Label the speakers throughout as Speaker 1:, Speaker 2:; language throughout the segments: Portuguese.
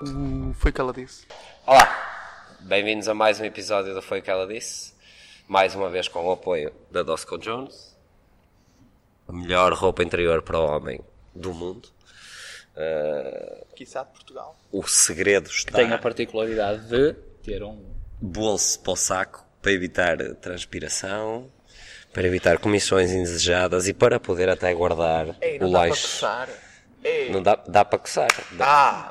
Speaker 1: O... Foi o que ela disse.
Speaker 2: Olá, bem-vindos a mais um episódio do Foi o que ela disse. Mais uma vez com o apoio da Dosco Jones, a melhor roupa interior para o homem do mundo. Eh,
Speaker 1: Quizá de Portugal.
Speaker 2: o segredo está
Speaker 3: Tem a particularidade de ter um.
Speaker 2: bolso para o saco para evitar transpiração, para evitar comissões indesejadas e para poder até guardar
Speaker 1: Ei, não
Speaker 2: o
Speaker 1: dá para
Speaker 2: leixo.
Speaker 1: coçar. Ei,
Speaker 2: Não dá, dá para coçar. Dá.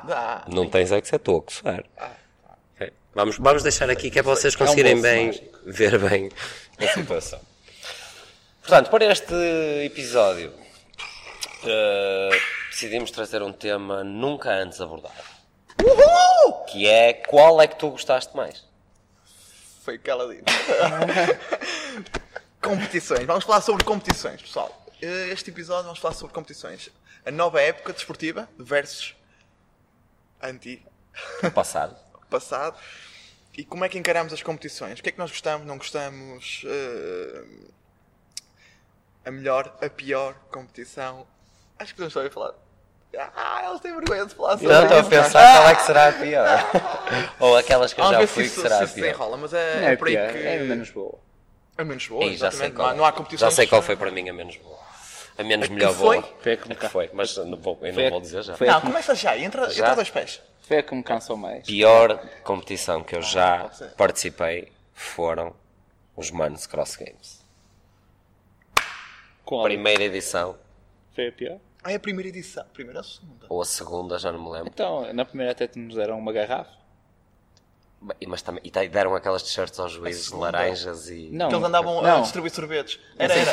Speaker 1: dá, dá.
Speaker 2: Não tens é que ser tu a coçar. Ok? Vamos, vamos deixar aqui que é para vocês conseguirem
Speaker 3: bolso
Speaker 2: bem ver bem a situação. Portanto, para este episódio eh, decidimos trazer um tema nunca antes abordado. Que é qual é que tu gostaste mais?
Speaker 1: Foi o que ela disse. competições. Vamos falar sobre competições, pessoal. Eh, Este episódio vamos falar sobre competições. A nova época desportiva versus a antiga,
Speaker 2: O passado.
Speaker 1: passado. E como é que encaramos as competições? O que é que nós gostamos, não gostamos? eh, a melhor, a pior competição? Acho que podemos só ir falar. Ah, eles têm vergonha de falar sobre
Speaker 2: Eu estou a
Speaker 1: isso.
Speaker 2: pensar qual é que será a pior. Ou aquelas que eu
Speaker 1: Vamos
Speaker 2: já
Speaker 1: ver se
Speaker 2: fui que
Speaker 1: isso-
Speaker 2: será
Speaker 1: se
Speaker 2: a
Speaker 1: isso se
Speaker 2: pior.
Speaker 1: enrola, mas é,
Speaker 3: É,
Speaker 1: é por aí
Speaker 3: pior,
Speaker 1: que.
Speaker 3: é menos boa.
Speaker 1: É menos boa,
Speaker 2: Ei, já sei
Speaker 1: exatamente.
Speaker 2: qual,
Speaker 1: não,
Speaker 2: é.
Speaker 1: há, não há competição.
Speaker 2: já sei qual
Speaker 1: justa.
Speaker 2: foi para mim a menos boa. A menos
Speaker 1: que
Speaker 2: melhor
Speaker 1: foi?
Speaker 2: boa.
Speaker 3: Foi a que me
Speaker 2: A que
Speaker 3: ca-
Speaker 2: foi, mas não vou, eu
Speaker 3: Foi
Speaker 2: não
Speaker 3: a-
Speaker 2: vou dizer já.
Speaker 3: foi a
Speaker 1: Não,
Speaker 3: que me-
Speaker 1: começa já, entra,
Speaker 2: Já?
Speaker 1: entra dois pés.
Speaker 3: Foi a que Ah, me cansou mais.
Speaker 2: pior competição que eu já participei foram os Manos Cross Games.
Speaker 3: Qual?
Speaker 2: Primeira edição,
Speaker 3: Foi a pior?
Speaker 1: Ah, é a primeira edição. Primeira ou segunda?
Speaker 2: ou a segunda, já não me lembro.
Speaker 3: Então, na primeira até nos deram uma garrafa.
Speaker 2: E- Mas também, e daí deram aquelas t-shirts aos juízes de laranjas e
Speaker 3: Não.
Speaker 1: que eles andavam a
Speaker 3: não.
Speaker 1: distribuir sorvetes. Era, era.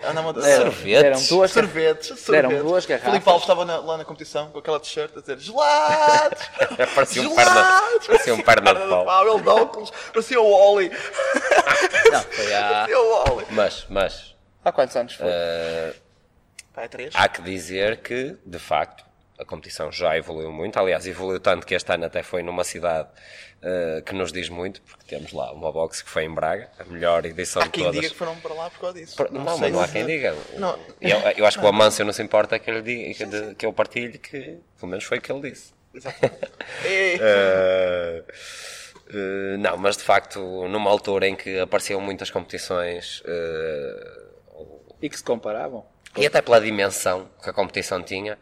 Speaker 1: era andavam a
Speaker 3: Deram
Speaker 2: sorvetes.
Speaker 3: duas
Speaker 1: Sorvetes, sorvetes.
Speaker 3: Deram duas garrafas.
Speaker 1: Filipe Alves estava na- lá na competição com aquela t-shirt a dizer gelados!
Speaker 2: Parecia um perna-
Speaker 1: Gelados!
Speaker 2: parecia um perna de pau.
Speaker 1: Ele de óculos, parecia o Oli.
Speaker 3: Não, foi
Speaker 2: Ah.
Speaker 3: há.
Speaker 1: Parecia o Oli.
Speaker 2: Mas, mas,
Speaker 3: Há quantos anos foi?
Speaker 1: Pá, é três.
Speaker 2: Há que dizer que, de facto, a competição já evoluiu muito. Aliás, evoluiu tanto que este ano até foi numa cidade eh, que nos diz muito, porque temos lá uma box que foi em Braga, a melhor edição
Speaker 1: Há
Speaker 2: de
Speaker 1: quem
Speaker 2: todas.
Speaker 1: diga que foram para lá por causa disso.
Speaker 2: Por- Não, mas não, há quem diga.
Speaker 1: Não.
Speaker 2: Eu, eu acho que o Amâncio não se importa que, ele diga, que, de- que eu partilhe, que pelo menos foi o que ele disse.
Speaker 1: Exatamente. Ei.
Speaker 2: Eh, eh, não, mas de facto, numa altura em que apareciam muitas competições, eh,
Speaker 3: E que se comparavam?
Speaker 2: E até pela dimensão que a competição tinha,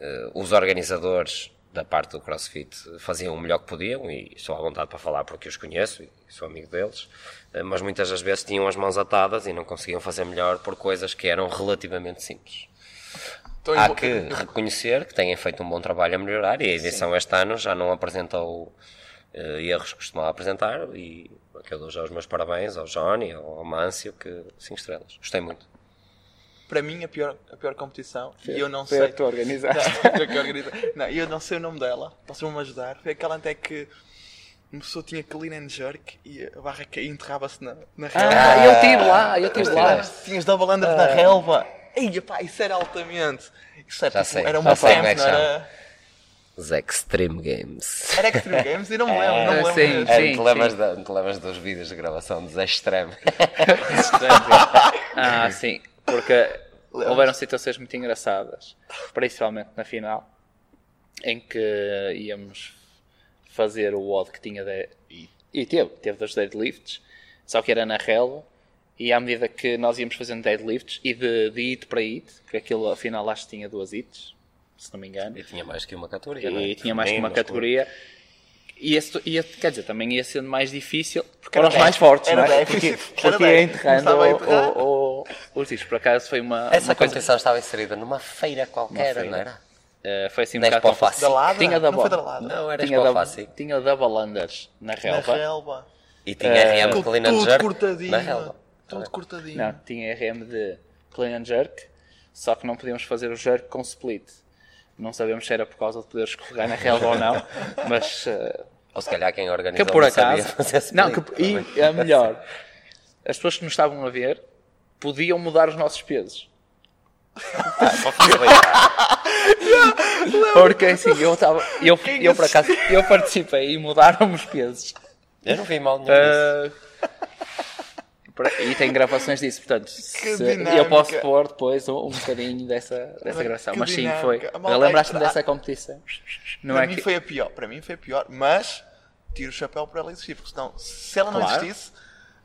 Speaker 2: eh, os organizadores da parte do CrossFit faziam o melhor que podiam, e estou à vontade para falar porque os conheço e sou amigo deles, eh, mas muitas das vezes tinham as mãos atadas e não conseguiam fazer melhor por coisas que eram relativamente simples.
Speaker 1: Estou
Speaker 2: Há
Speaker 1: em-
Speaker 2: que reconhecer que têm feito um bom trabalho a melhorar e a edição este ano já não apresentou eh, erros que costumava apresentar e que eu dou já os meus parabéns ao Johnny, ao ao Mâncio, que 5 estrelas. Gostei muito.
Speaker 1: Para mim, a pior, a pior competição, e eu não
Speaker 3: foi
Speaker 1: sei.
Speaker 3: a que tu organizaste.
Speaker 1: Não, foi a que eu organizei. Não, eu não sei o nome dela, posso-me ajudar. Foi aquela até que uma pessoa tinha clean and jerk e a barra caía e enterrava-se na, na relva.
Speaker 3: Ah, eu tive lá, eu tive
Speaker 1: Ah,
Speaker 3: lá.
Speaker 1: tinhas double under na relva. Ei, pá, isso era altamente. Isso era,
Speaker 2: Já
Speaker 1: tipo,
Speaker 2: sei,
Speaker 1: era
Speaker 2: já
Speaker 1: uma
Speaker 2: sei
Speaker 1: camp,
Speaker 2: como é que
Speaker 1: não era?
Speaker 2: Os Extreme Games.
Speaker 1: Era Extreme Games e não me lembro, não me lembro.
Speaker 3: sim.
Speaker 1: mesmo.
Speaker 2: É,
Speaker 3: Sim,
Speaker 2: te, lembras da- te lembras dos vídeos de gravação dos Extreme?
Speaker 3: ah, sim. Porque houveram situações muito engraçadas, principalmente na final, em que íamos fazer o odd que tinha de... e teve, teve dos deadlifts, só que era na relva, e à medida que nós íamos fazendo deadlifts e de, de hit para hit, porque aquilo afinal acho que tinha duas hits, se não me engano,
Speaker 2: E tinha mais que uma categoria, não é?
Speaker 3: e tinha mais que
Speaker 2: Nem
Speaker 3: uma
Speaker 2: masculino.
Speaker 3: categoria. E esse, ia, quer dizer, também ia sendo mais difícil porque
Speaker 1: Era
Speaker 3: eram os mais
Speaker 1: déficit,
Speaker 3: fortes,
Speaker 1: era
Speaker 3: não é?
Speaker 1: déficit,
Speaker 3: Porque,
Speaker 1: era
Speaker 3: porque ia
Speaker 1: déficit,
Speaker 3: enterrando
Speaker 1: começava a
Speaker 3: o-
Speaker 1: enterrar.
Speaker 3: o- o- os discos. Por acaso foi uma,
Speaker 2: Essa
Speaker 3: uma coisa.
Speaker 2: competição estava inserida numa feira qualquer,
Speaker 3: feira.
Speaker 2: não era?
Speaker 3: eh, foi assim um
Speaker 2: Não era
Speaker 3: bocado
Speaker 2: para o
Speaker 3: confuso.
Speaker 2: fácil. Da
Speaker 1: ladra?
Speaker 3: Tinha
Speaker 1: Não
Speaker 3: double-
Speaker 1: foi da ladra?
Speaker 2: Não, era
Speaker 3: tinha
Speaker 2: para
Speaker 3: double-
Speaker 2: fácil.
Speaker 3: Tinha double unders na
Speaker 1: Na
Speaker 3: relva.
Speaker 1: relva.
Speaker 2: E tinha RM
Speaker 1: Com
Speaker 2: Clean and
Speaker 1: tudo
Speaker 2: Jerk na
Speaker 1: cortadinho.
Speaker 2: relva.
Speaker 1: Tudo cortadinho.
Speaker 3: Não, tinha RM de clean and jerk, só que não podíamos fazer o jerk com split. Não sabemos se era por causa de poder escorregar na relva ou não, mas eh,
Speaker 2: Ou se calhar quem
Speaker 3: que
Speaker 2: organizou
Speaker 3: por
Speaker 2: não sabia
Speaker 3: acaso
Speaker 2: fazer split.
Speaker 3: não que, e um- a melhor as pessoas que nos estavam a ver podiam mudar os nossos pesos porque assim eu estava eu, eu por acaso eu participei e mudaram os pesos Eh,
Speaker 2: É Eu não vi mal nenhum disso.
Speaker 3: Ah, por Pra- E tem gravações disso, portanto, se-
Speaker 1: dinâmica.
Speaker 3: eu posso pôr depois um, um bocadinho dessa, dessa
Speaker 1: Que
Speaker 3: gravação. Mas sim,
Speaker 1: dinâmica.
Speaker 3: foi.
Speaker 1: A malta
Speaker 3: Lembraste-me
Speaker 1: é que-
Speaker 3: dessa competição? Não
Speaker 1: para
Speaker 3: é
Speaker 1: mim
Speaker 3: que.
Speaker 1: foi a pior, para mim foi a pior, mas tiro o chapéu por ela existir, porque senão, se ela não
Speaker 3: Claro.
Speaker 1: existisse,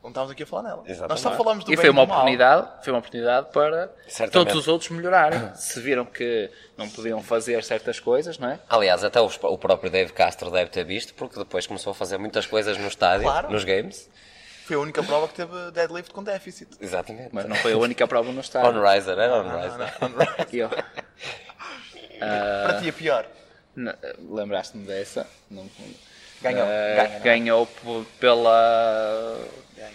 Speaker 1: não estávamos aqui a falar nela. Nós
Speaker 2: Exatamente.
Speaker 1: só falamos do
Speaker 3: E
Speaker 1: bem
Speaker 3: foi uma
Speaker 1: e do mal.
Speaker 3: oportunidade, foi uma oportunidade para
Speaker 2: Certamente.
Speaker 3: todos os outros melhorarem. Se viram que não podiam fazer certas coisas, não é?
Speaker 2: Aliás, até os- o próprio Dave Castro deve ter visto, porque depois começou a fazer muitas coisas no estádio,
Speaker 1: Claro.
Speaker 2: nos games.
Speaker 1: Foi a única prova que teve deadlift com déficit.
Speaker 2: Exatamente.
Speaker 3: Mas não foi a única prova no estádio.
Speaker 2: On Riser, era On
Speaker 1: Não, não,
Speaker 2: Riser.
Speaker 1: não.
Speaker 3: E eu-
Speaker 1: Para ti a pior.
Speaker 3: Não, Lembraste-me dessa? Não-
Speaker 1: Ganhou,
Speaker 3: Eh,
Speaker 1: ganhou.
Speaker 3: ganhou p- pela.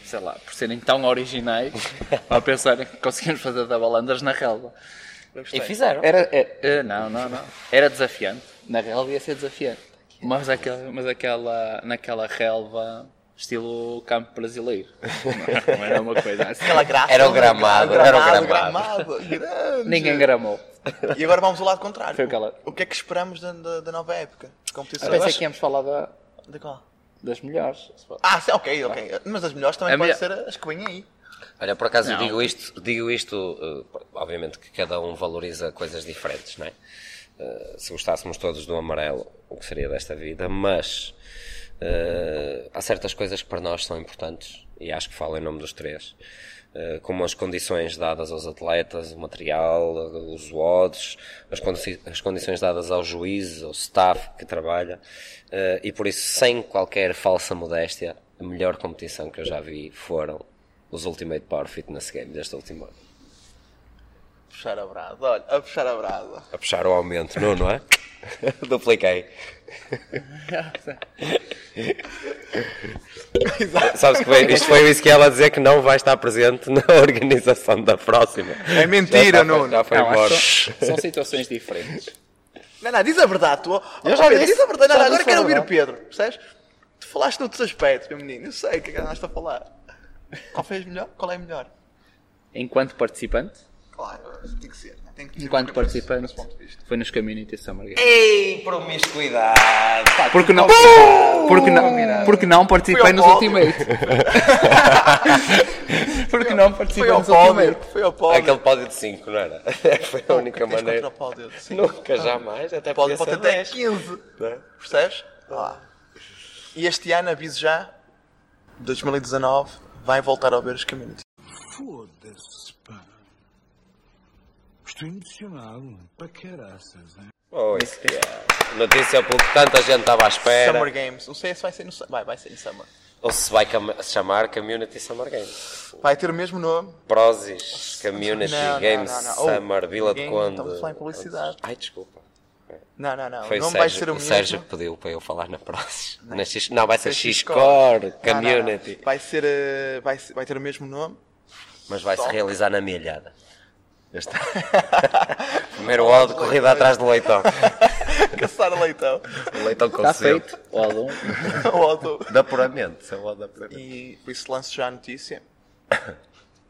Speaker 3: sei lá, por serem tão originais ao pensarem que conseguimos fazer dabalandas na relva.
Speaker 1: Eu gostei.
Speaker 2: E fizeram.
Speaker 3: Era, é- é, não, não, não. Era desafiante. Na relva ia ser desafiante. Mas, aquela, mas aquela, naquela relva, estilo campo brasileiro. Não, não era uma coisa assim.
Speaker 1: Aquela graça.
Speaker 2: Era o gramado, era o gramado.
Speaker 1: gramado, grande.
Speaker 3: Ninguém gramou.
Speaker 1: E agora vamos ao lado contrário.
Speaker 3: Foi aquela-
Speaker 1: O que é que esperamos da, da, da nova época de competição?
Speaker 3: Pensei que íamos falar da-
Speaker 1: De qual?
Speaker 3: das melhores.
Speaker 1: Ah, sim, ok, ok. Mas as melhores também
Speaker 3: A
Speaker 1: podem
Speaker 3: minha-
Speaker 1: ser as que vêm aí.
Speaker 2: Olha, por acaso eu
Speaker 3: Não.
Speaker 2: digo isto, digo isto eh, obviamente que cada um valoriza coisas diferentes, não é? Eh, se gostássemos todos do amarelo, o que seria desta vida, mas eh, há certas coisas que para nós são importantes, e acho que falo em nome dos três, eh, como as condições dadas aos atletas, o material, eh, os odds, as, condi- as condições dadas aos juízes, ao staff que trabalha, eh, e por isso, sem qualquer falsa modéstia, a melhor competição que eu já vi foram os Ultimate Power Fitness Games deste último ano.
Speaker 1: Puxar a brasa, olha, a puxar a brasa.
Speaker 2: A puxar o aumento, não, não é? Dupliquei.
Speaker 3: Ah,
Speaker 2: Sabes que foi, isto foi o Ezequiel a dizer que não vai estar presente na organização da próxima.
Speaker 1: É mentira,
Speaker 2: já
Speaker 1: Nuno.
Speaker 2: Nuno. Já foi
Speaker 3: Não,
Speaker 2: embora.
Speaker 3: acho que são, são situações diferentes.
Speaker 1: Não, não, diz a verdade, tu.
Speaker 2: Eu já
Speaker 1: Oh, Pedro,
Speaker 2: disse.
Speaker 1: diz a verdade, não,
Speaker 3: Já
Speaker 1: não, agora
Speaker 3: disse a
Speaker 1: quero ouvir o
Speaker 3: verdade.
Speaker 1: Pedro, percebes? Tu falaste noutros aspectos, meu menino, eu sei o que é que andaste a falar. Qual foi a melhor? Qual é a melhor?
Speaker 3: Enquanto participante,
Speaker 1: Claro, tem que ser. Tem que ser
Speaker 3: enquanto
Speaker 1: uma coisa desse-
Speaker 3: participante,
Speaker 1: desse ponto de vista.
Speaker 3: foi nos Community Summer Games.
Speaker 2: Ei, promiscuidade!
Speaker 3: Porque não, porque não, porque não
Speaker 1: Foi
Speaker 3: participei
Speaker 1: ao
Speaker 3: nos
Speaker 1: pódio.
Speaker 3: Ultimate. porque não
Speaker 1: Foi
Speaker 3: participei
Speaker 1: ao
Speaker 3: nos Ultimate.
Speaker 1: pódio, foi ao pódio.
Speaker 2: Aquele pódio de 5, não era? Foi a É única
Speaker 1: Tens contra o
Speaker 2: maneira.
Speaker 1: pódio. Sim.
Speaker 2: Nunca, jamais. Até
Speaker 1: Pódio
Speaker 2: pode
Speaker 1: pode
Speaker 2: ser
Speaker 1: ter até
Speaker 2: 10.
Speaker 1: 15.
Speaker 2: não é?
Speaker 1: Percebes? Lá. E este ano, aviso já, 2019, vai voltar a ver os community.
Speaker 4: Foda-se, pá. Estou emocionado, para caraças, né?
Speaker 2: Oh, Ezequiel. Notícia porque tanta gente estava à espera.
Speaker 1: é. Summer Games. Não sei se vai ser no su- vai, vai ser em Summer.
Speaker 2: Ou se vai cam- se chamar Community Summer Games.
Speaker 1: Vai ter o mesmo nome.
Speaker 2: Prozis, Community
Speaker 1: Não, não,
Speaker 2: Games
Speaker 1: não, não. Oh,
Speaker 2: Summer, Vila de
Speaker 1: ninguém-
Speaker 2: Conde.
Speaker 1: estamos a falar em publicidade.
Speaker 2: Ai, desculpa.
Speaker 1: Não, não, não.
Speaker 2: Foi
Speaker 1: não
Speaker 2: o, Sérgio,
Speaker 1: vai ser o
Speaker 2: o
Speaker 1: mesmo.
Speaker 2: Sérgio que pediu para eu falar na Prozis. Na X- não, vai ser
Speaker 1: X-Core.
Speaker 2: X-Core
Speaker 1: Não, não, não.
Speaker 2: Community.
Speaker 1: Vai ser, eh, vai ser- vai ter o mesmo nome.
Speaker 2: Mas vai se realizar na milhada. Já está. Primeiro áudio, corrida atrás do leitão.
Speaker 1: Caçar a leitão.
Speaker 2: O leitão
Speaker 3: Está
Speaker 2: conceito.
Speaker 3: Tá feito. O álbum.
Speaker 1: O auto.
Speaker 2: Dá puramente. Isso é o áudio da puramente.
Speaker 1: E por isso lanço já a notícia.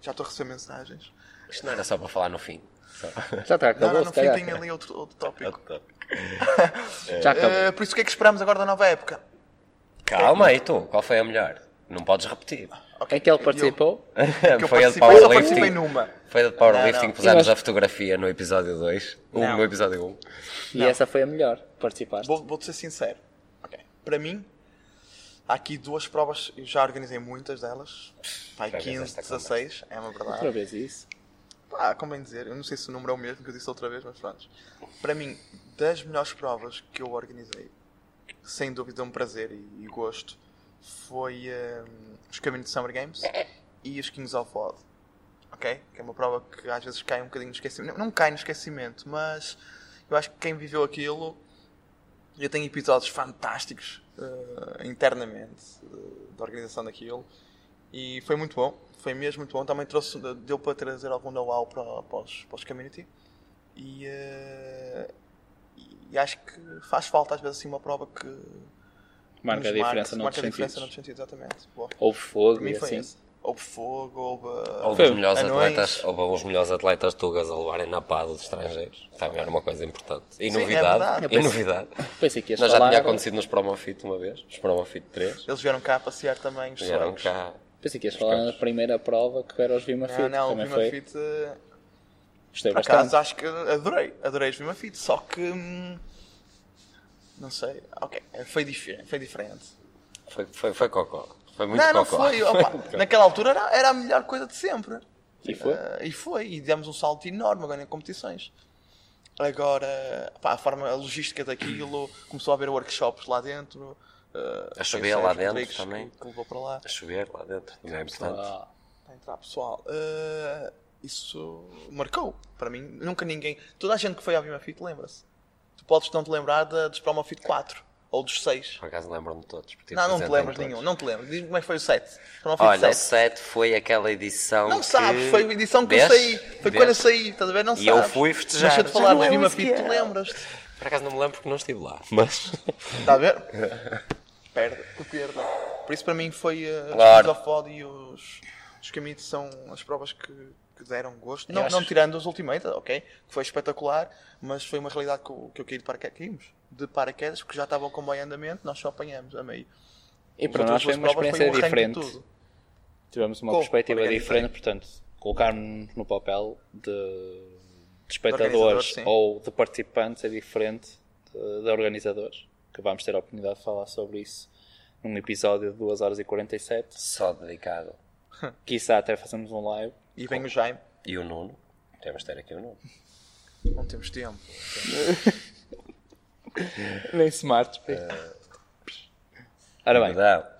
Speaker 1: Já estou a receber mensagens.
Speaker 2: Isto não era só para falar no fim. Só-
Speaker 3: Já está,
Speaker 1: Não,
Speaker 3: acabou.
Speaker 1: não, no
Speaker 3: se
Speaker 1: fim
Speaker 3: calhar.
Speaker 1: tem ali outro, outro tópico.
Speaker 3: Já acabou.
Speaker 1: Eh, por isso, o que é que esperamos agora da nova época?
Speaker 2: Calma aí tu, qual foi a melhor? Não podes repetir.
Speaker 1: Ok,
Speaker 3: Em é que ele
Speaker 1: eu-
Speaker 3: participou?
Speaker 1: É que eu
Speaker 2: Foi a de
Speaker 1: participei, mas eu participei
Speaker 2: powerlifting.
Speaker 1: numa.
Speaker 2: Foi a de powerlifting
Speaker 1: Não, não.
Speaker 2: que pusemos
Speaker 3: Eu
Speaker 2: a fotografia no episódio 2.
Speaker 1: Não.
Speaker 2: Um, no episódio 1. Um.
Speaker 3: E essa foi a melhor. Participaste.
Speaker 1: Vou- Vou-te ser sincero. Ok. Para mim, há aqui duas provas, eu já organizei muitas delas. Pai,
Speaker 2: Já vês
Speaker 1: 15,
Speaker 2: esta
Speaker 1: 16, é uma
Speaker 3: Outra
Speaker 1: verdade.
Speaker 3: vez isso.
Speaker 1: Pá, convém Ah, dizer, eu não sei se o número é o mesmo que eu disse outra vez, mas pronto. Para mim, das melhores provas que eu organizei, sem dúvida um prazer e, e gosto, foi hum, os Caminhos de Summer Games e os Kings of Odd. Ok? Que é uma prova que às vezes cai um bocadinho no esquecimento. Não, não cai no esquecimento, mas eu acho que quem viveu aquilo já tem episódios fantásticos eh, internamente eh, da organização daquilo. E foi muito bom, foi mesmo muito bom. Também trouxe, deu para trazer algum know-how para, para, os, para os community. E, eh, e acho que faz falta às vezes assim uma prova que
Speaker 3: Marca a
Speaker 1: nos
Speaker 3: diferença
Speaker 1: marque,
Speaker 3: noutros
Speaker 1: marca a diferença
Speaker 3: sentidos.
Speaker 1: noutros sentidos, exatamente. Boa.
Speaker 3: Houve
Speaker 1: Para
Speaker 3: fogo
Speaker 1: mim
Speaker 3: e
Speaker 1: foi
Speaker 3: assim.
Speaker 1: isso. Houve fogo, houve.
Speaker 2: Houve os
Speaker 3: Foi.
Speaker 2: melhores
Speaker 1: Anões.
Speaker 2: atletas, houve os melhores atletas tugas a levarem na pá dos estrangeiros. Também era uma coisa importante. E
Speaker 1: Sim, é
Speaker 2: novidade.
Speaker 1: verdade.
Speaker 2: e novidade.
Speaker 3: Pensei que ias
Speaker 2: Nós já
Speaker 3: falar.
Speaker 2: tinha acontecido nos Promofit uma vez, os Promofit 3.
Speaker 1: Eles vieram cá passear também os
Speaker 2: Vieram
Speaker 1: suecos.
Speaker 2: cá.
Speaker 3: Pensei que ias falar na primeira prova que era os Vima Fit.
Speaker 1: Não, Ah, não, o
Speaker 3: também
Speaker 1: Vima
Speaker 3: foi.
Speaker 1: Fit. eh,
Speaker 3: Gostei
Speaker 1: Por
Speaker 3: bastante.
Speaker 1: acaso acho que adorei, adorei os Vima Fit, só que. hum, Não sei, ok, eh, foi diferente. Foi diferente.
Speaker 2: Foi, foi, foi cocó. Foi muito
Speaker 1: Não, não
Speaker 2: cocó.
Speaker 1: foi, opa, naquela altura era, era a melhor coisa de sempre.
Speaker 3: E foi?
Speaker 1: Eh, e foi, e demos um salto enorme agora em competições. Agora, pá, a forma, a logística daquilo, começou a haver workshops lá dentro. eh,
Speaker 2: A chover
Speaker 1: tem o Sérgio
Speaker 2: lá dentro
Speaker 1: Rodrigues que-
Speaker 2: também.
Speaker 1: Que, levou para lá.
Speaker 2: A chover lá dentro, não é importante.
Speaker 3: Ah,
Speaker 1: Para entrar pessoal. Eh, isso marcou, para mim. Nunca ninguém. Toda a gente que foi à Vima Fit lembra-se. Tu podes não te lembrar da- dos Promo Fit 4 ou dos 6.
Speaker 2: Por acaso lembram-me todos. porque
Speaker 1: Não, não te
Speaker 2: apresentam-me
Speaker 1: lembras
Speaker 2: todos.
Speaker 1: nenhum, não te lembras. Diz-me como é que foi o 7. Promo Fit
Speaker 2: Olha, o
Speaker 1: 7.
Speaker 2: 7 foi aquela edição.
Speaker 1: Não
Speaker 2: que...
Speaker 1: sabes, foi a edição que eu
Speaker 2: Vês?
Speaker 1: saí. Foi
Speaker 2: Vês?
Speaker 1: quando eu saí, estás a ver? Não
Speaker 2: E
Speaker 1: sabes.
Speaker 2: eu fui festejar.
Speaker 1: Deixa de
Speaker 2: Já
Speaker 1: falar
Speaker 2: não
Speaker 1: do
Speaker 2: lembro
Speaker 1: Vima
Speaker 2: se que
Speaker 1: Fit, tu
Speaker 2: era.
Speaker 1: lembras-te.
Speaker 2: Por acaso não me lembro porque não estive lá. Mas.
Speaker 1: Está a ver? Perde, tu perde. Por isso, para mim, foi eh,
Speaker 2: Claro.
Speaker 1: os Fod e os, os Kamitos são as provas que, que deram gosto.
Speaker 3: Eu
Speaker 1: Não,
Speaker 3: acho-
Speaker 1: não tirando os Ultimate, ok? Que foi espetacular, mas foi uma realidade que eu, que eu caí de paraquedas. Caímos de paraquedas, porque já estava o comboio em andamento, nós só apanhamos a meio.
Speaker 3: E
Speaker 1: As
Speaker 3: para nós
Speaker 1: outras
Speaker 3: foi
Speaker 1: duas
Speaker 3: uma
Speaker 1: provas
Speaker 3: experiência
Speaker 1: um arranque de
Speaker 3: diferente.
Speaker 1: tudo.
Speaker 3: Tivemos uma
Speaker 1: Com-
Speaker 3: perspectiva
Speaker 1: organizei.
Speaker 3: diferente, portanto, colocar-nos no papel de, de
Speaker 1: organizadores,
Speaker 3: espectadores
Speaker 1: sim.
Speaker 3: ou de participantes é diferente de, de organizadores, que vamos ter a oportunidade de falar sobre isso num episódio de 2 horas e 47.
Speaker 2: Só dedicado.
Speaker 3: Quizá até fazemos um live.
Speaker 1: E vem o Jaime.
Speaker 2: E o Nuno. Temos de ter aqui o Nuno.
Speaker 1: Não temos tempo.
Speaker 3: Nem smart. Ora bem,
Speaker 2: Verdade.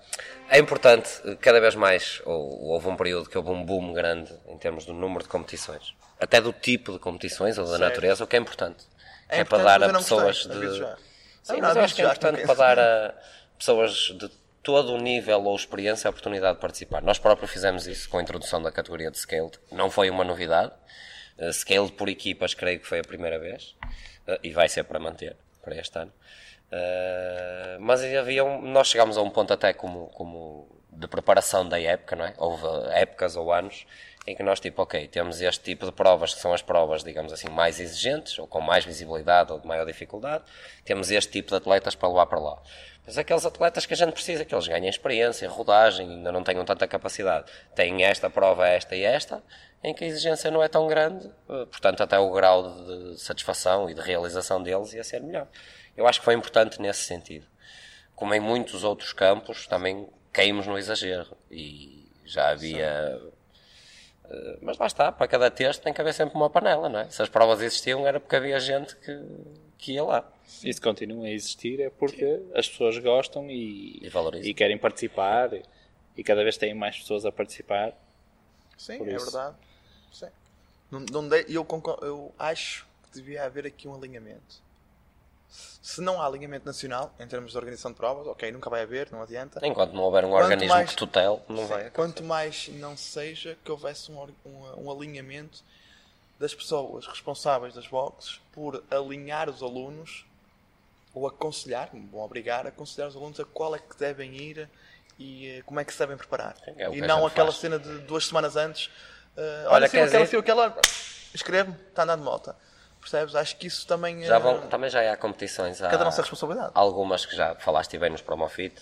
Speaker 2: É importante, cada vez mais, ou- houve um período que houve um boom grande em termos do número de competições. Até do tipo de competições ou da
Speaker 1: Certo.
Speaker 2: natureza, o que é importante.
Speaker 1: É
Speaker 2: Que é para
Speaker 1: importante,
Speaker 2: dar
Speaker 1: mas eu
Speaker 2: a
Speaker 1: não gostei,
Speaker 2: pessoas
Speaker 1: aviso
Speaker 2: de.
Speaker 1: já.
Speaker 2: Sim,
Speaker 1: Ah,
Speaker 2: mas
Speaker 1: não,
Speaker 2: eu acho que é
Speaker 1: aviso já,
Speaker 2: importante para
Speaker 1: porque-
Speaker 2: dar a pessoas de todo o nível ou experiência a oportunidade de participar. Nós próprios fizemos isso com a introdução da categoria de Scaled, não foi uma novidade. Eh, Scaled por equipas, creio que foi a primeira vez eh, e vai ser para manter para este ano. Eh, mas havia um- nós chegámos a um ponto até como, como de preparação da época, não é? Houve épocas ou anos em que nós, tipo, ok, temos este tipo de provas que são as provas, digamos assim, mais exigentes ou com mais visibilidade ou de maior dificuldade, temos este tipo de atletas para levar para lá. Mas aqueles atletas que a gente precisa, que eles ganhem experiência, rodagem, ainda não tenham tanta capacidade, têm esta prova, esta e esta, em que a exigência não é tão grande, eh, portanto, até o grau de satisfação e de realização deles ia ser melhor. Eu acho que foi importante nesse sentido como em muitos outros campos, também caímos no exagero. E já havia. eh, Mas lá está, para cada texto tem que haver sempre uma panela, não é? Se as provas existiam era porque havia gente que, que ia lá.
Speaker 3: isso continua a existir é porque as pessoas gostam e,
Speaker 2: E valorizam.
Speaker 3: e querem participar e, e cada vez têm mais pessoas a participar.
Speaker 1: Sim,
Speaker 3: Por
Speaker 1: é
Speaker 3: isso.
Speaker 1: verdade. Sim. Não, não dei- eu, concor- eu acho que devia haver aqui um alinhamento. Se não há alinhamento nacional em termos de organização de provas, ok, nunca vai haver, não adianta.
Speaker 2: Enquanto não houver um
Speaker 1: Quanto
Speaker 2: organismo
Speaker 1: mais-
Speaker 2: que tutele, não
Speaker 1: Sim,
Speaker 2: vai.
Speaker 1: Quanto mais não seja que houvesse um, or- um- um alinhamento das pessoas responsáveis das boxes por alinhar os alunos ou aconselhar, vão obrigar, a aconselhar os alunos a qual é que devem ir e eh, como é que se devem preparar.
Speaker 2: Sim, é o
Speaker 1: e
Speaker 2: que a
Speaker 1: não
Speaker 2: gente
Speaker 1: aquela
Speaker 2: faz.
Speaker 1: cena de duas semanas antes, eh,
Speaker 2: Olha,
Speaker 1: olha, saiu
Speaker 2: queres
Speaker 1: aquela,
Speaker 2: ir?
Speaker 1: saiu aquela, escreve-me, está andando de moto. Percebes? Acho que isso também
Speaker 2: Já Ah,
Speaker 1: eh,
Speaker 2: vão, também já há competições. Há,
Speaker 1: é da nossa responsabilidade.
Speaker 2: algumas que já falaste bem nos Promofit,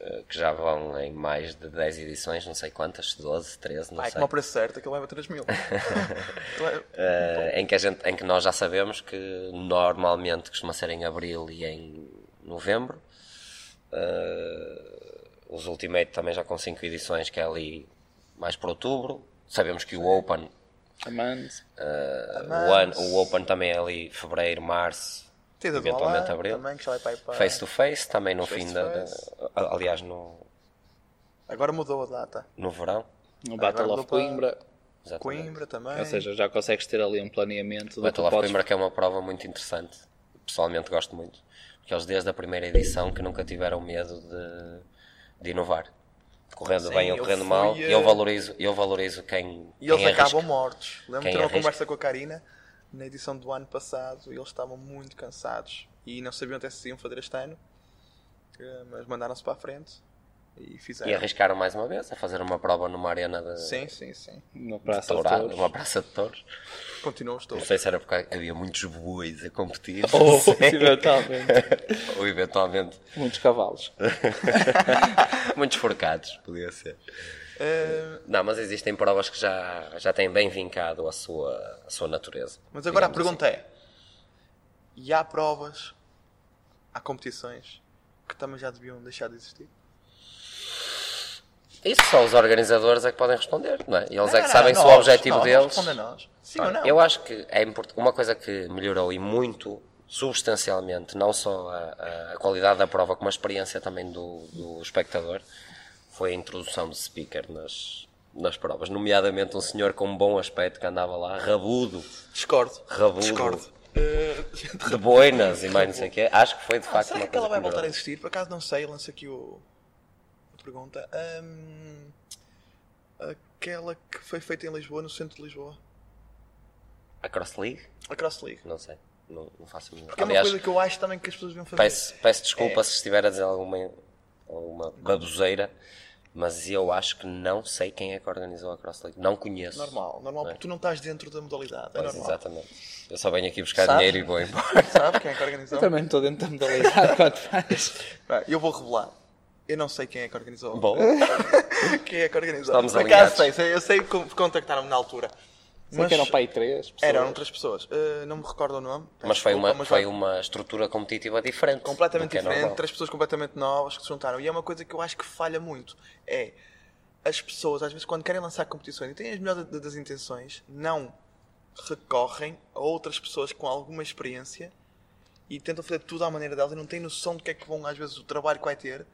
Speaker 2: eh, que já vão em mais de 10 edições, não sei quantas, 12, 13, não
Speaker 1: Ai,
Speaker 2: sei.
Speaker 1: como ao preço certo, aquilo leva 3 mil. é-
Speaker 2: Eh, em, que a gente, em que nós já sabemos que normalmente costuma ser em abril e em novembro. Eh, os Ultimate também já com 5 edições, que é ali mais para outubro. Sabemos que o Open,
Speaker 3: Amante.
Speaker 2: eh, o, ano- o Open também é ali fevereiro, março,
Speaker 1: Tens a do
Speaker 2: eventualmente
Speaker 1: Alá,
Speaker 2: abril.
Speaker 1: também, que já vai para aí para-
Speaker 2: Face to face, também no
Speaker 1: Face
Speaker 2: fim
Speaker 1: to
Speaker 2: da. da-
Speaker 1: face.
Speaker 2: a- aliás, no,
Speaker 1: Agora mudou a data.
Speaker 2: no verão.
Speaker 3: No Battle
Speaker 1: Agora
Speaker 3: of
Speaker 1: vou para- É.
Speaker 3: Coimbra.
Speaker 2: Exatamente.
Speaker 1: Coimbra também.
Speaker 3: Ou seja, já consegues ter ali um planeamento do
Speaker 2: O Battle
Speaker 3: que
Speaker 2: of
Speaker 3: podes...
Speaker 2: Coimbra que é uma prova muito interessante. Pessoalmente gosto muito. Porque eles desde a primeira edição que nunca tiveram medo de, de inovar. Correndo
Speaker 1: Sim,
Speaker 2: bem ou
Speaker 1: eu
Speaker 2: correndo
Speaker 1: fui,
Speaker 2: mal,
Speaker 1: eh,
Speaker 2: eu valorizo, eu valorizo quem,
Speaker 1: e eles
Speaker 2: quem é arrisca.
Speaker 1: acabam mortos. Lembro
Speaker 2: Quem
Speaker 1: de ter uma
Speaker 2: arrisca?
Speaker 1: conversa com a Karina na edição do ano passado e eles estavam muito cansados e não sabiam até se iam fazer este ano, eh, mas mandaram-se para a frente e fizeram.
Speaker 2: E arriscaram mais uma vez a fazer uma prova numa arena de,
Speaker 1: Sim, sim, sim.
Speaker 3: Uma
Speaker 2: de
Speaker 3: praça de
Speaker 2: tourada,
Speaker 3: touros.
Speaker 2: uma praça de touros.
Speaker 1: Continuam os
Speaker 2: Não
Speaker 1: todos.
Speaker 2: sei se era porque havia muitos bois a competir.
Speaker 3: Ou,
Speaker 1: Oh.
Speaker 3: eventualmente,
Speaker 2: ou eventualmente
Speaker 1: Então?
Speaker 3: muitos cavalos.
Speaker 2: muitos forcados, podia ser.
Speaker 1: Eh,
Speaker 2: Não, mas existem provas que já, já têm bem vincado a sua, a sua natureza.
Speaker 1: mas agora a
Speaker 2: digamos assim.
Speaker 1: pergunta é: e há provas, há competições que também já deviam deixar de existir?
Speaker 2: assim. Isso só os organizadores é que podem responder, não é? Eles é que
Speaker 1: Não, não,
Speaker 2: sabem
Speaker 1: não,
Speaker 2: se o
Speaker 1: nós,
Speaker 2: objetivo
Speaker 1: nós,
Speaker 2: deles.
Speaker 1: Respondem nós. Sim ou
Speaker 2: Olha,
Speaker 1: não?
Speaker 2: Eu acho que é import- uma coisa que melhorou e muito substancialmente, não só a, a qualidade da prova, como a experiência também do, do espectador, foi a introdução de speaker nas, nas provas. Nomeadamente um senhor com um bom aspecto que andava lá, rabudo,
Speaker 1: Discordo.
Speaker 2: Rabudo.
Speaker 1: Discordo. Eh,
Speaker 2: de boinas e mais não sei o quê. Acho que foi de
Speaker 1: Ah,
Speaker 2: facto
Speaker 1: será
Speaker 2: uma
Speaker 1: que ela
Speaker 2: coisa
Speaker 1: vai
Speaker 2: melhorou.
Speaker 1: voltar a existir? Por acaso não sei, lanço aqui o... a pergunta. Ahm, Aquela que foi feita em Lisboa, no centro de Lisboa.
Speaker 2: A Cross League?
Speaker 1: A Cross League.
Speaker 2: Não sei. Não, não faço a mínima.
Speaker 1: Porque é uma
Speaker 2: Aliás,
Speaker 1: coisa que eu acho também que as pessoas deviam fazer.
Speaker 2: Peço, peço
Speaker 1: É.
Speaker 2: desculpa se estiver a dizer alguma, alguma baboseira, mas eu acho que não sei quem é que organizou a Cross League. Não conheço.
Speaker 1: Normal, normal, porque tu não estás dentro da modalidade. É
Speaker 2: Pois,
Speaker 1: normal.
Speaker 2: exatamente. Eu só venho aqui buscar
Speaker 1: Sabe?
Speaker 2: dinheiro e vou embora.
Speaker 1: Sabe quem é que organizou?
Speaker 3: Eu também estou dentro da modalidade quanto mais.
Speaker 1: Vai, Eu vou revelar. Eu não sei quem é que organizou.
Speaker 2: Bom,
Speaker 1: Quem é que organizou?
Speaker 2: Estamos
Speaker 1: Por acaso
Speaker 2: alinhados.
Speaker 1: sei, sei, eu sei que contactaram-me na altura.
Speaker 3: Sei que eram para aí três. pessoas.
Speaker 1: Eram outras pessoas. Eh, não me recordo o nome. peço
Speaker 2: mas foi
Speaker 1: desculpa,
Speaker 2: uma,
Speaker 1: mas
Speaker 2: foi
Speaker 1: vai-
Speaker 2: uma estrutura competitiva diferente. do
Speaker 1: completamente
Speaker 2: que é
Speaker 1: diferente,
Speaker 2: normal.
Speaker 1: três pessoas completamente novas que se juntaram. E é uma coisa que eu acho que falha muito. É as pessoas, às vezes, quando querem lançar competições e têm as melhores da- das intenções, não recorrem a outras pessoas com alguma experiência e tentam fazer tudo à maneira delas e não têm noção do que é que vão, às vezes, o trabalho que vai ter.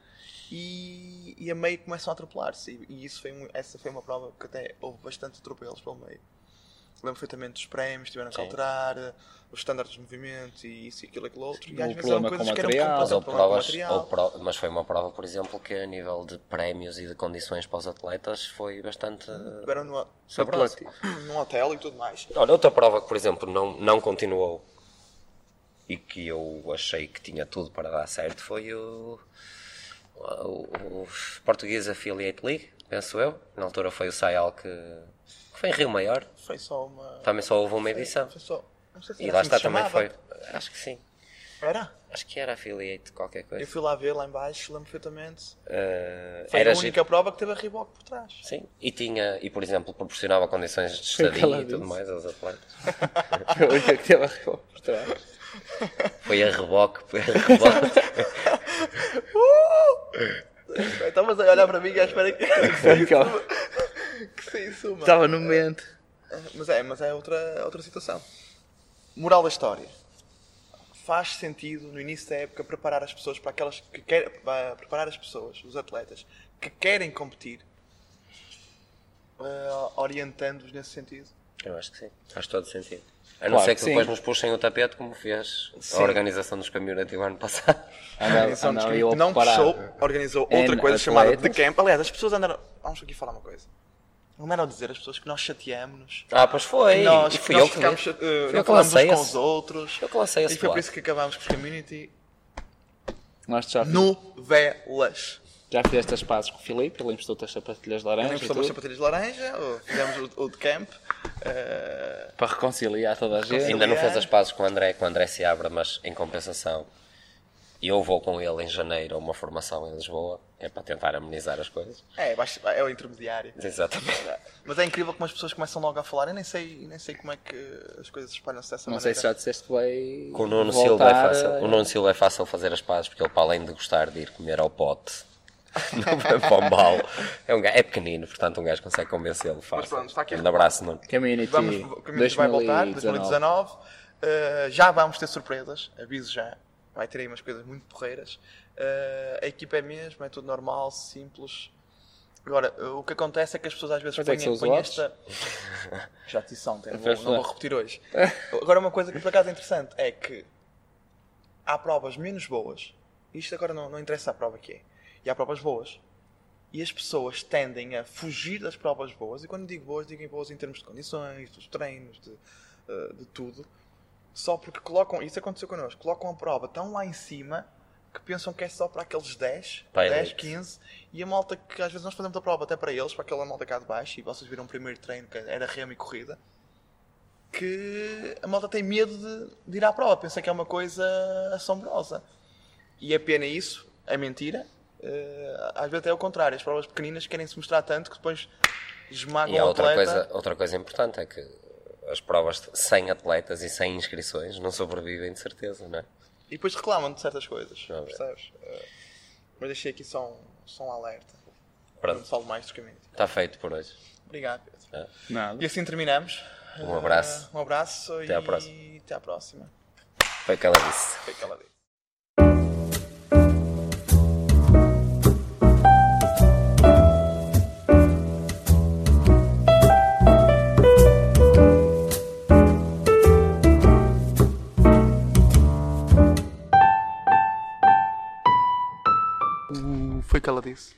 Speaker 1: E, e a meio começam a atropelar-se. E, e isso foi, um- essa foi uma prova que até houve bastante atropelos pelo meio. Lembro perfeitamente dos prémios, tiveram que
Speaker 2: Sim.
Speaker 1: alterar eh, os standards de movimento e isso e aquilo e aquilo outro. E
Speaker 3: O
Speaker 1: às vezes eram
Speaker 3: problema
Speaker 1: coisas
Speaker 3: com
Speaker 1: que um eram
Speaker 3: material,
Speaker 2: Mas,
Speaker 1: completamente problema
Speaker 2: houve
Speaker 1: com
Speaker 2: provas-
Speaker 1: material.
Speaker 2: houve pro- mas foi uma prova, por exemplo, que a nível de prémios e de condições para os atletas foi bastante eh,
Speaker 1: Tiveram numa-
Speaker 2: saborosa.
Speaker 1: num hotel e tudo mais.
Speaker 2: Olha, outra prova que, por exemplo, não, não continuou e que eu achei que tinha tudo para dar certo foi o, o, o Português Affiliate League, penso eu. Na altura foi o Sayal que, que foi em Rio Maior.
Speaker 1: Foi só uma.
Speaker 2: Também só houve uma edição.
Speaker 1: Foi só. Não sei se
Speaker 2: Tá. E
Speaker 1: era
Speaker 2: lá
Speaker 1: assim que
Speaker 2: está
Speaker 1: se
Speaker 2: também
Speaker 1: chamava.
Speaker 2: foi. Acho que sim.
Speaker 1: Era?
Speaker 2: Acho que era affiliate qualquer
Speaker 1: Eu
Speaker 2: coisa.
Speaker 1: fui lá ver, lá em baixo, lembro perfeitamente.
Speaker 2: Eh,
Speaker 1: Foi
Speaker 2: era
Speaker 1: a
Speaker 2: giro.
Speaker 1: única prova que teve a Reebok por trás.
Speaker 2: Sim. E tinha, e por exemplo, proporcionava condições de
Speaker 3: Foi o que ela
Speaker 2: estadia e tudo
Speaker 3: disse.
Speaker 2: mais aos atletas.
Speaker 3: A única que teve a recolher por trás.
Speaker 2: Foi a reboque, foi a reboque.
Speaker 1: Estavas a olhar para mim e à espera que,
Speaker 3: Foi aquela-
Speaker 1: que se suma.
Speaker 3: Estava no momento.
Speaker 1: Mas é, mas é outra, outra situação. Moral da história. Faz sentido no início da época preparar as pessoas para aquelas que querem preparar as pessoas, os atletas que querem competir, eh, orientando-os nesse sentido.
Speaker 2: Eu acho que sim, faz todo sentido. A não
Speaker 3: Claro
Speaker 2: ser
Speaker 3: que
Speaker 2: que
Speaker 3: sim.
Speaker 2: depois nos puxem o tapete, como fez
Speaker 1: Sim.
Speaker 2: a organização dos campeonatos o ano passado.
Speaker 3: Andava,
Speaker 1: Organização dos
Speaker 3: andava
Speaker 1: Camp-
Speaker 3: ah, eu a
Speaker 1: um não
Speaker 3: preparar.
Speaker 1: puxou, organizou outra
Speaker 3: And
Speaker 1: coisa chamada The
Speaker 3: atletas.
Speaker 1: Camp. Aliás, as pessoas andaram. Vamos aqui falar uma coisa. Não eram a dizer as pessoas que nós chateámos-nos.
Speaker 2: Ah, pois foi!
Speaker 1: que nós,
Speaker 2: e
Speaker 1: que
Speaker 2: fui
Speaker 1: nós
Speaker 2: eu que
Speaker 1: ficámos,
Speaker 2: disse.
Speaker 1: eh,
Speaker 2: Fui eu
Speaker 1: não
Speaker 2: que
Speaker 1: falámos uns
Speaker 2: lancei
Speaker 1: com
Speaker 2: esse-
Speaker 1: os outros.
Speaker 2: eu que lancei
Speaker 1: E
Speaker 2: esse
Speaker 1: foi por
Speaker 2: boato.
Speaker 1: isso que acabámos com os Community
Speaker 3: Nós já,
Speaker 1: novelas.
Speaker 3: já fizeste as pazes com o Filipe, ele emprestou-te as sapatilhas de laranja
Speaker 1: Também
Speaker 3: e
Speaker 1: precisamos de
Speaker 3: tudo,
Speaker 1: sapatilhas de laranja, ou fizemos o, o de camp. eh,
Speaker 3: para reconciliar toda a gente.
Speaker 2: Ainda não fez
Speaker 1: Aliás.
Speaker 2: as pazes com o André, com o André se abra, mas em compensação, eu vou com ele em janeiro a uma formação em Lisboa, é para tentar amenizar as coisas.
Speaker 1: é, baixa- é o intermediário.
Speaker 2: Exatamente.
Speaker 1: Mas é incrível como as pessoas começam logo a falar. Eu nem sei, nem sei como é que as coisas espalham-se dessa
Speaker 3: Não
Speaker 1: maneira.
Speaker 3: sei se já disseste que vai.
Speaker 2: Com o Nuno
Speaker 3: voltar
Speaker 2: Silva é
Speaker 3: a-
Speaker 2: fácil. O Nuno Silva é fácil fazer as pazes porque ele, para além de gostar de ir comer ao pote, não vai para o mal. É, um gajo, é pequenino, portanto um gajo consegue convencê-lo fácil.
Speaker 1: Mas pronto, está aqui a
Speaker 2: Um abraço, Nuno.
Speaker 3: Community.
Speaker 1: Vamos, o Community vai voltar, 2019. Uh, já vamos ter surpresas, aviso já. Vai ter aí umas coisas muito porreiras. Uh, a equipa é mesmo, é tudo normal, simples. Agora, uh, o que acontece é que as pessoas às vezes
Speaker 3: Mas é que
Speaker 1: põem,
Speaker 3: são
Speaker 1: põem
Speaker 3: os
Speaker 1: esta. Já te são, tem, não vou-
Speaker 3: Faz
Speaker 1: não vou
Speaker 3: lá.
Speaker 1: repetir hoje. Agora, uma coisa que por acaso é interessante é que há provas menos boas. Isto agora não, não interessa a prova que é. E há provas boas. E as pessoas tendem a fugir das provas boas. E quando digo boas, digo em boas em termos de condições, dos treinos, de, eh, de tudo. Só porque colocam, isso aconteceu connosco, colocam a prova tão lá em cima que pensam que é só para aqueles 10,
Speaker 2: Para
Speaker 1: 10,
Speaker 2: elite.
Speaker 1: 15. E a malta que às vezes nós fazemos a prova até para eles, para aquela malta cá de baixo. E vocês viram o primeiro treino que era remo e corrida que a malta tem medo de, de ir à prova, pensa que é uma coisa assombrosa. E é pena isso, é mentira, eh, às vezes é o contrário, as provas pequeninas querem se mostrar tanto que depois esmagam
Speaker 2: E há
Speaker 1: o
Speaker 2: outra
Speaker 1: atleta.
Speaker 2: coisa, outra coisa importante é que as provas sem atletas e sem inscrições não sobrevivem de certeza, não é?
Speaker 1: E depois reclamam de certas coisas,
Speaker 2: Ah, bem.
Speaker 1: percebes? Eh, mas deixei aqui só um, só um alerta. Não
Speaker 2: Pronto,
Speaker 1: falo mais do caminho.
Speaker 2: está feito por hoje.
Speaker 1: Obrigado, Pedro.
Speaker 3: Nada.
Speaker 1: E assim terminamos.
Speaker 2: Um abraço.
Speaker 1: Eh, um abraço
Speaker 2: Até
Speaker 1: e
Speaker 2: à próxima.
Speaker 1: até à próxima.
Speaker 2: Foi o que ela disse.
Speaker 1: Foi o que ela disse. Foi o que ela disse.